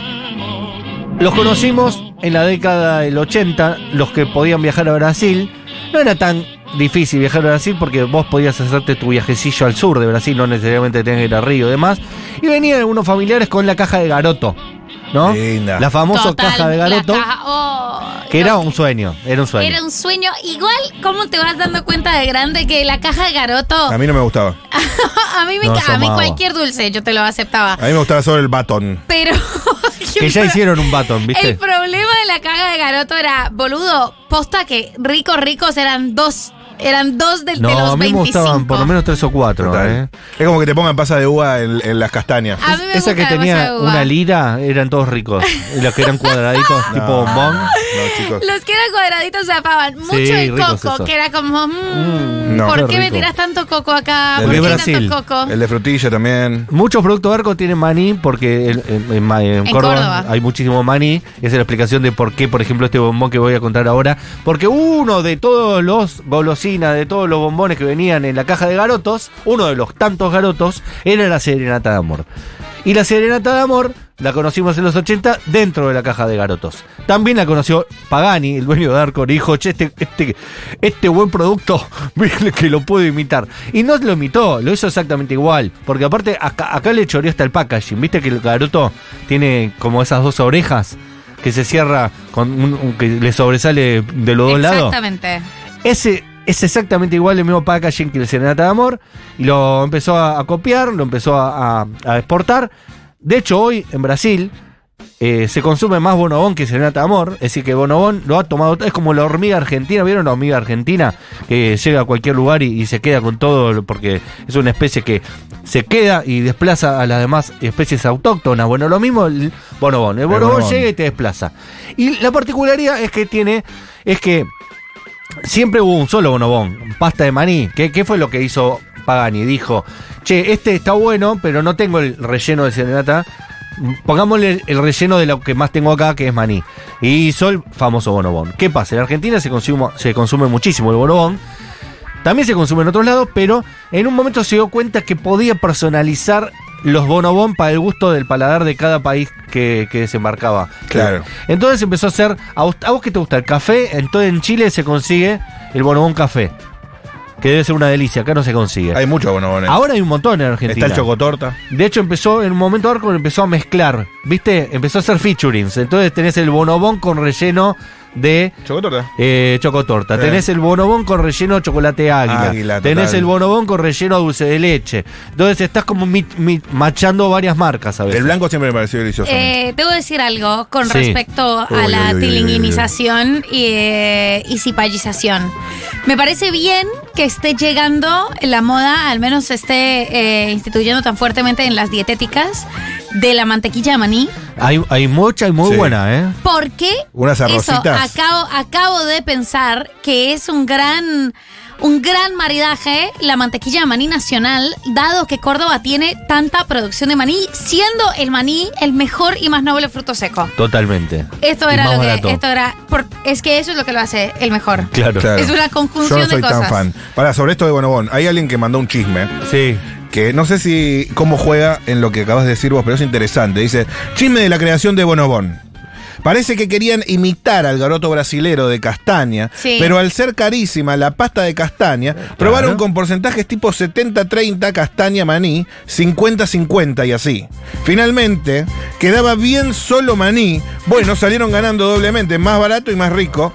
Los conocimos en la década del 80, los que podían viajar a Brasil. No era tan difícil viajar a Brasil porque vos podías hacerte tu viajecillo al sur de Brasil, no necesariamente tenías que ir a Río y demás. Y venían algunos familiares con la caja de Garoto, ¿no? Linda. La famosa Total, caja de la Garoto, caja- oh, que era no, un sueño, era un sueño. era un sueño. Igual, ¿cómo te vas dando cuenta de grande que la caja de Garoto? A mí no me gustaba. [laughs] A mí me Ah, No, ca- yo a mí amaba. cualquier dulce yo te lo aceptaba. A mí me gustaba solo el batón. Pero [laughs] Que ya hicieron un batón, el ¿viste? problema de la caja de Garoto era, boludo, posta que ricos ricos eran dos, eran dos del, de No, los a mí me 25. gustaban por lo menos tres o cuatro. ¿eh? Total. Es como que te pongan pasa de uva en, en las castañas. A mí me Esa que gusta tenía demasiado uva. una lira eran todos ricos. Y los que eran cuadraditos, tipo bombón. No, chicos. Los que eran cuadraditos zapaban mucho el ricos coco, esos. que era como, mm, Mm, no, ¿por qué qué me rico. tiras tanto coco acá? El ¿Por de qué Brasil, tanto coco? El de frutilla también. Muchos productos arco tienen maní porque en, en- en Ma- en Córdoba, Córdoba. hay muchísimo maní. Esa es la explicación de por qué, por ejemplo, este bombón que voy a contar ahora. Porque uno de todos los golosinas, de todos los bombones que venían en la caja de garotos, uno de los tantos garotos, era la serenata de amor. Y la serenata de amor la conocimos en los 80 dentro de la caja de garotos. También la conoció Pagani, el dueño de Arcor, y dijo, che, este, este, este buen producto, [laughs] miren que lo puedo imitar. Y no lo imitó, lo hizo exactamente igual, porque aparte acá, acá le choreó hasta el packaging. Viste que el garoto tiene como esas dos orejas que se cierra, con un, un- que le sobresale de los dos lados. Exactamente. Ese es exactamente igual el mismo packaging que el Serenata de Amor. Y lo empezó a, a copiar, lo empezó a, a- a exportar. De hecho, hoy en Brasil eh, se consume más bonobón que Serenata de Amor. Es decir, que bonobón lo ha tomado. Es como la hormiga argentina. ¿Vieron la hormiga argentina? Que llega a cualquier lugar y, y se queda con todo. lo- Porque es una especie que se queda y desplaza a las demás especies autóctonas. Bueno, lo mismo el bonobón. El bonobón bonobón. llega y te desplaza. Y la particularidad es que tiene. Es que siempre hubo un solo bonobón, pasta de maní. ¿Qué, qué fue lo que hizo Pagani? Dijo, che, este está bueno, pero no tengo el relleno de serenata. Pongámosle el, el relleno de lo que más tengo acá, que es maní. Y hizo el famoso bonobón. ¿Qué pasa? En Argentina se consume, se consume muchísimo el bonobón. También se consume en otros lados, pero en un momento se dio cuenta que podía personalizar los bonobón para el gusto del paladar de cada país que, que desembarcaba. Claro. Entonces empezó a hacer, a vos, a vos que te gusta el café, entonces en Chile se consigue el bonobón café, que debe ser una delicia, acá no se consigue. Hay muchos bonobones. Ahora hay un montón en Está Argentina. el chocotorta. De hecho, empezó en un momento Arco empezó a mezclar, ¿viste? Empezó a hacer featurings. Entonces tenés el bonobón con relleno de ¿Chocotorta? eh, chocotorta. Eh. Tenés el bonobón con relleno de chocolate águila. Águila, total. Tenés el bonobón con relleno de dulce de leche. Entonces estás como mit- mit- machando varias marcas a veces. El blanco siempre me pareció delicioso. Eh, debo decir algo con Sí. respecto Uy, a uy, la uy, uy, tilinguinización y, eh, y cipallización. Me parece bien que esté llegando la moda, al menos se esté eh, instituyendo tan fuertemente en las dietéticas, de la mantequilla de maní. Hay, hay mucha y muy Sí. buena, ¿eh? Porque Unas eso, arrocitas. acabo, acabo de pensar que es un gran, un gran maridaje la mantequilla de maní nacional, dado que Córdoba tiene tanta producción de maní, siendo el maní el mejor y más noble fruto seco. Totalmente. Esto Y era más lo barato. que, esto era, por- es que eso es lo que lo hace el mejor. Claro. Claro. Es una Yo conjunción no soy de cosas. tan fan. Para, sobre esto de Bonobón, hay alguien que mandó un chisme. Sí. Que no sé si cómo juega en lo que acabas de decir vos, pero es interesante. Dice, chisme de la creación de Bonobón. Parece que querían imitar al garoto brasilero de castaña, Sí. pero al ser carísima la pasta de castaña, probaron con porcentajes tipo 70-30 castaña maní, 50-50 y así. Finalmente, quedaba bien solo maní. Bueno, salieron ganando doblemente, más barato y más rico.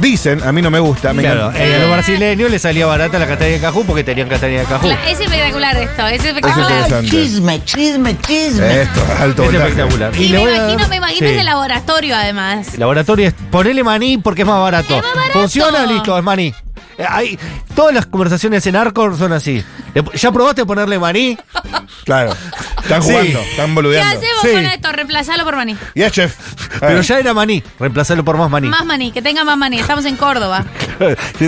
Dicen, a mí no me gusta, me Claro, encanta. eh, a los brasileños les salía barata la castaña de cajú porque tenían castaña de cajú. La- es espectacular esto, es Es espectacular. interesante. Ah, Chisme, chisme, Eh, chisme. Esto, alto Es voltaje. espectacular. y le me voy a dar- imagino, me imagino Sí. en el laboratorio además. El laboratorio es ponele maní porque es más barato. ¡Es más barato! Funciona, listo, es maní. Eh, hay- todas las conversaciones en Arcor son así. Le- ¿Ya probaste ponerle maní? Claro. Están Sí. jugando, están ¿Qué boludeando. hacemos Sí. con esto? Reemplazarlo por maní. Ya, chef. Pero ya era maní. Reemplazarlo por más maní. Eh, Más maní, que tenga más maní. Estamos en Córdoba.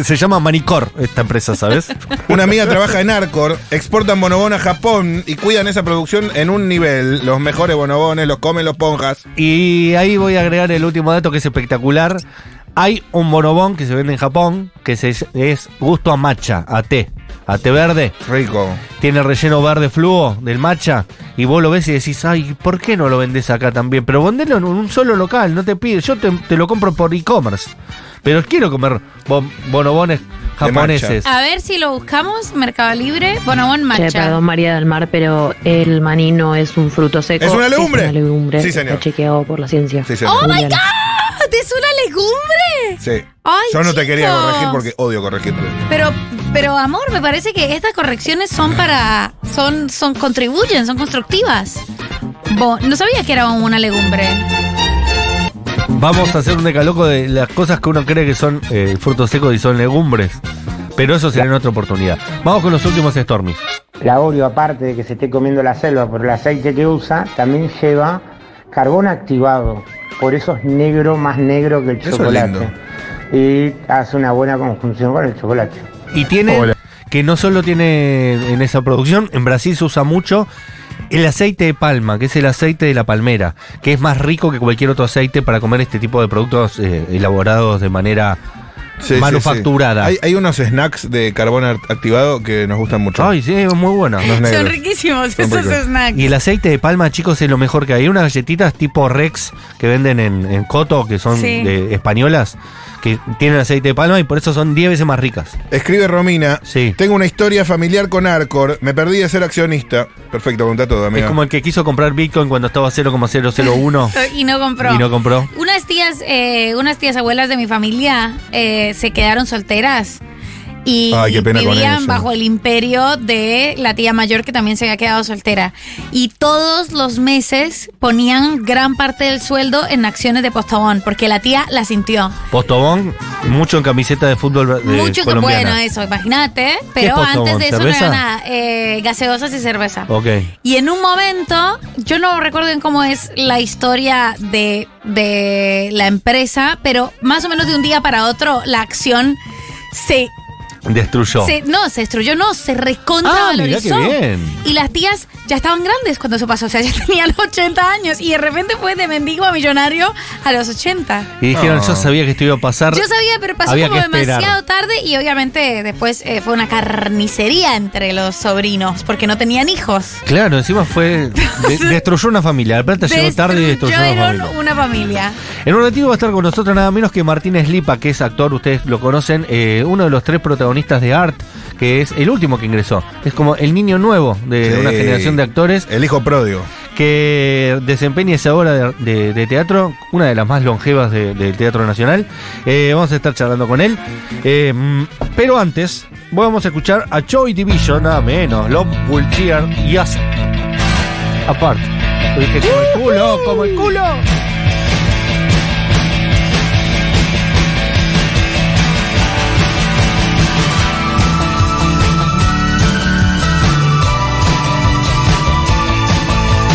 Se llama Manicor esta empresa, [laughs] ¿sabes? Una amiga trabaja en Arcor, exportan bonobón a Japón y cuidan esa producción en un nivel. Los mejores bonobones, los comen los ponjas. Y ahí voy a agregar el último dato que es espectacular. Hay un bonobón que se vende en Japón que se- es gusto a matcha, a té, a té verde. Rico. Tiene relleno verde fluo del matcha. Y vos lo ves y decís, ay, ¿por qué no lo vendés acá también? Pero vendelo en un solo local, no te pides. Yo te, te lo compro por e-commerce. Pero quiero comer bon- bonobones japoneses. A ver si lo buscamos. Mercado Libre, Bonobón Che, Matcha. perdón María del Mar, pero el maní no es un fruto seco. Es una legumbre. Es una legumbre. Sí, señor. Está chequeado por la ciencia. Sí, señor. ¡Oh, my Julián. God! ¡Es una legumbre! Sí. Ay, Yo no te quería chicos. corregir porque odio corregirte. Pero, pero amor, me parece que estas correcciones son para... Son, son contribuyen, son constructivas. Bo- no sabía que era una legumbre. Vamos a hacer un decaloco de las cosas que uno cree que son eh, frutos secos y son legumbres. Pero eso será en otra oportunidad. Vamos con los últimos Stormy. La Oreo, aparte de que se esté comiendo la selva por el aceite que usa, también lleva carbón activado. Por eso es negro, más negro que el Eso es chocolate. lindo. Y hace una buena conjunción con el chocolate. Y tiene que no solo tiene en esa producción, en Brasil se usa mucho el aceite de palma, que es el aceite de la palmera, que es más rico que cualquier otro aceite para comer este tipo de productos eh, elaborados de manera Sí, sí, manufacturada. sí. Hay, hay unos snacks de carbón art- activado que nos gustan mucho. Ay, sí, es muy bueno. Los Son negros. riquísimos Son esos ricos. snacks. Y el aceite de palma, chicos, es lo mejor que hay. Hay Unas galletitas tipo Rex que venden en, en Coto, que son Sí. de- españolas, que tienen aceite de palma y por eso son 10 veces más ricas. Escribe Romina. Sí. Tengo una historia familiar con Arcor. Me perdí de ser accionista. Perfecto, contá todo, amiga. Es como el que quiso comprar Bitcoin cuando [laughs] estaba 0,001 Y no compró. y no compró. Unas tías, eh, unas tías abuelas de mi familia eh, se quedaron solteras. Y, Ay, qué pena y con vivían eso. bajo el imperio de la tía mayor que también se había quedado soltera. Y todos los meses ponían gran parte del sueldo en acciones de Postobón, porque la tía la sintió. Postobón, mucho en camiseta de fútbol bra- de Mucho que colombiana. bueno eso, imagínate. es Pero Postobón? antes de eso no ¿Cerveza? era nada. eh, gaseosas y cerveza. Ok. Y en un momento, yo no recuerdo bien cómo es la historia de, de la empresa, pero más o menos de un día para otro la acción se, Destruyó. se- no, se destruyó, no, se Ah, mirá recontravalorizó. qué bien. Y las tías ya estaban grandes cuando eso pasó, o sea, ya [laughs] tenían 80 años y de repente fue de mendigo a millonario a los 80. Y dijeron, No. yo sabía que esto iba a pasar. Yo sabía, pero pasó Había como que esperar. demasiado tarde y obviamente después eh, fue una carnicería entre los sobrinos porque no tenían hijos. Claro, encima fue. [laughs] de- destruyó una familia. La plata llegó tarde y destruyó una Destruyeron familia. una familia. En un ratito va a estar con nosotros nada menos que Martín Slipa, que es actor, ustedes lo conocen, eh, uno de los tres protagonistas de Art, que es el último que ingresó. Es como el niño nuevo de Sí. una generación de actores El hijo pródigo. que desempeña esa obra de, de- de teatro, una de las más longevas de- del Teatro Nacional. Eh, vamos a estar charlando con él. Eh, mm, pero antes, vamos a escuchar a Joy Division, nada menos. Love Will Cheer y Us Apart. Lo dije como el culo, como el culo.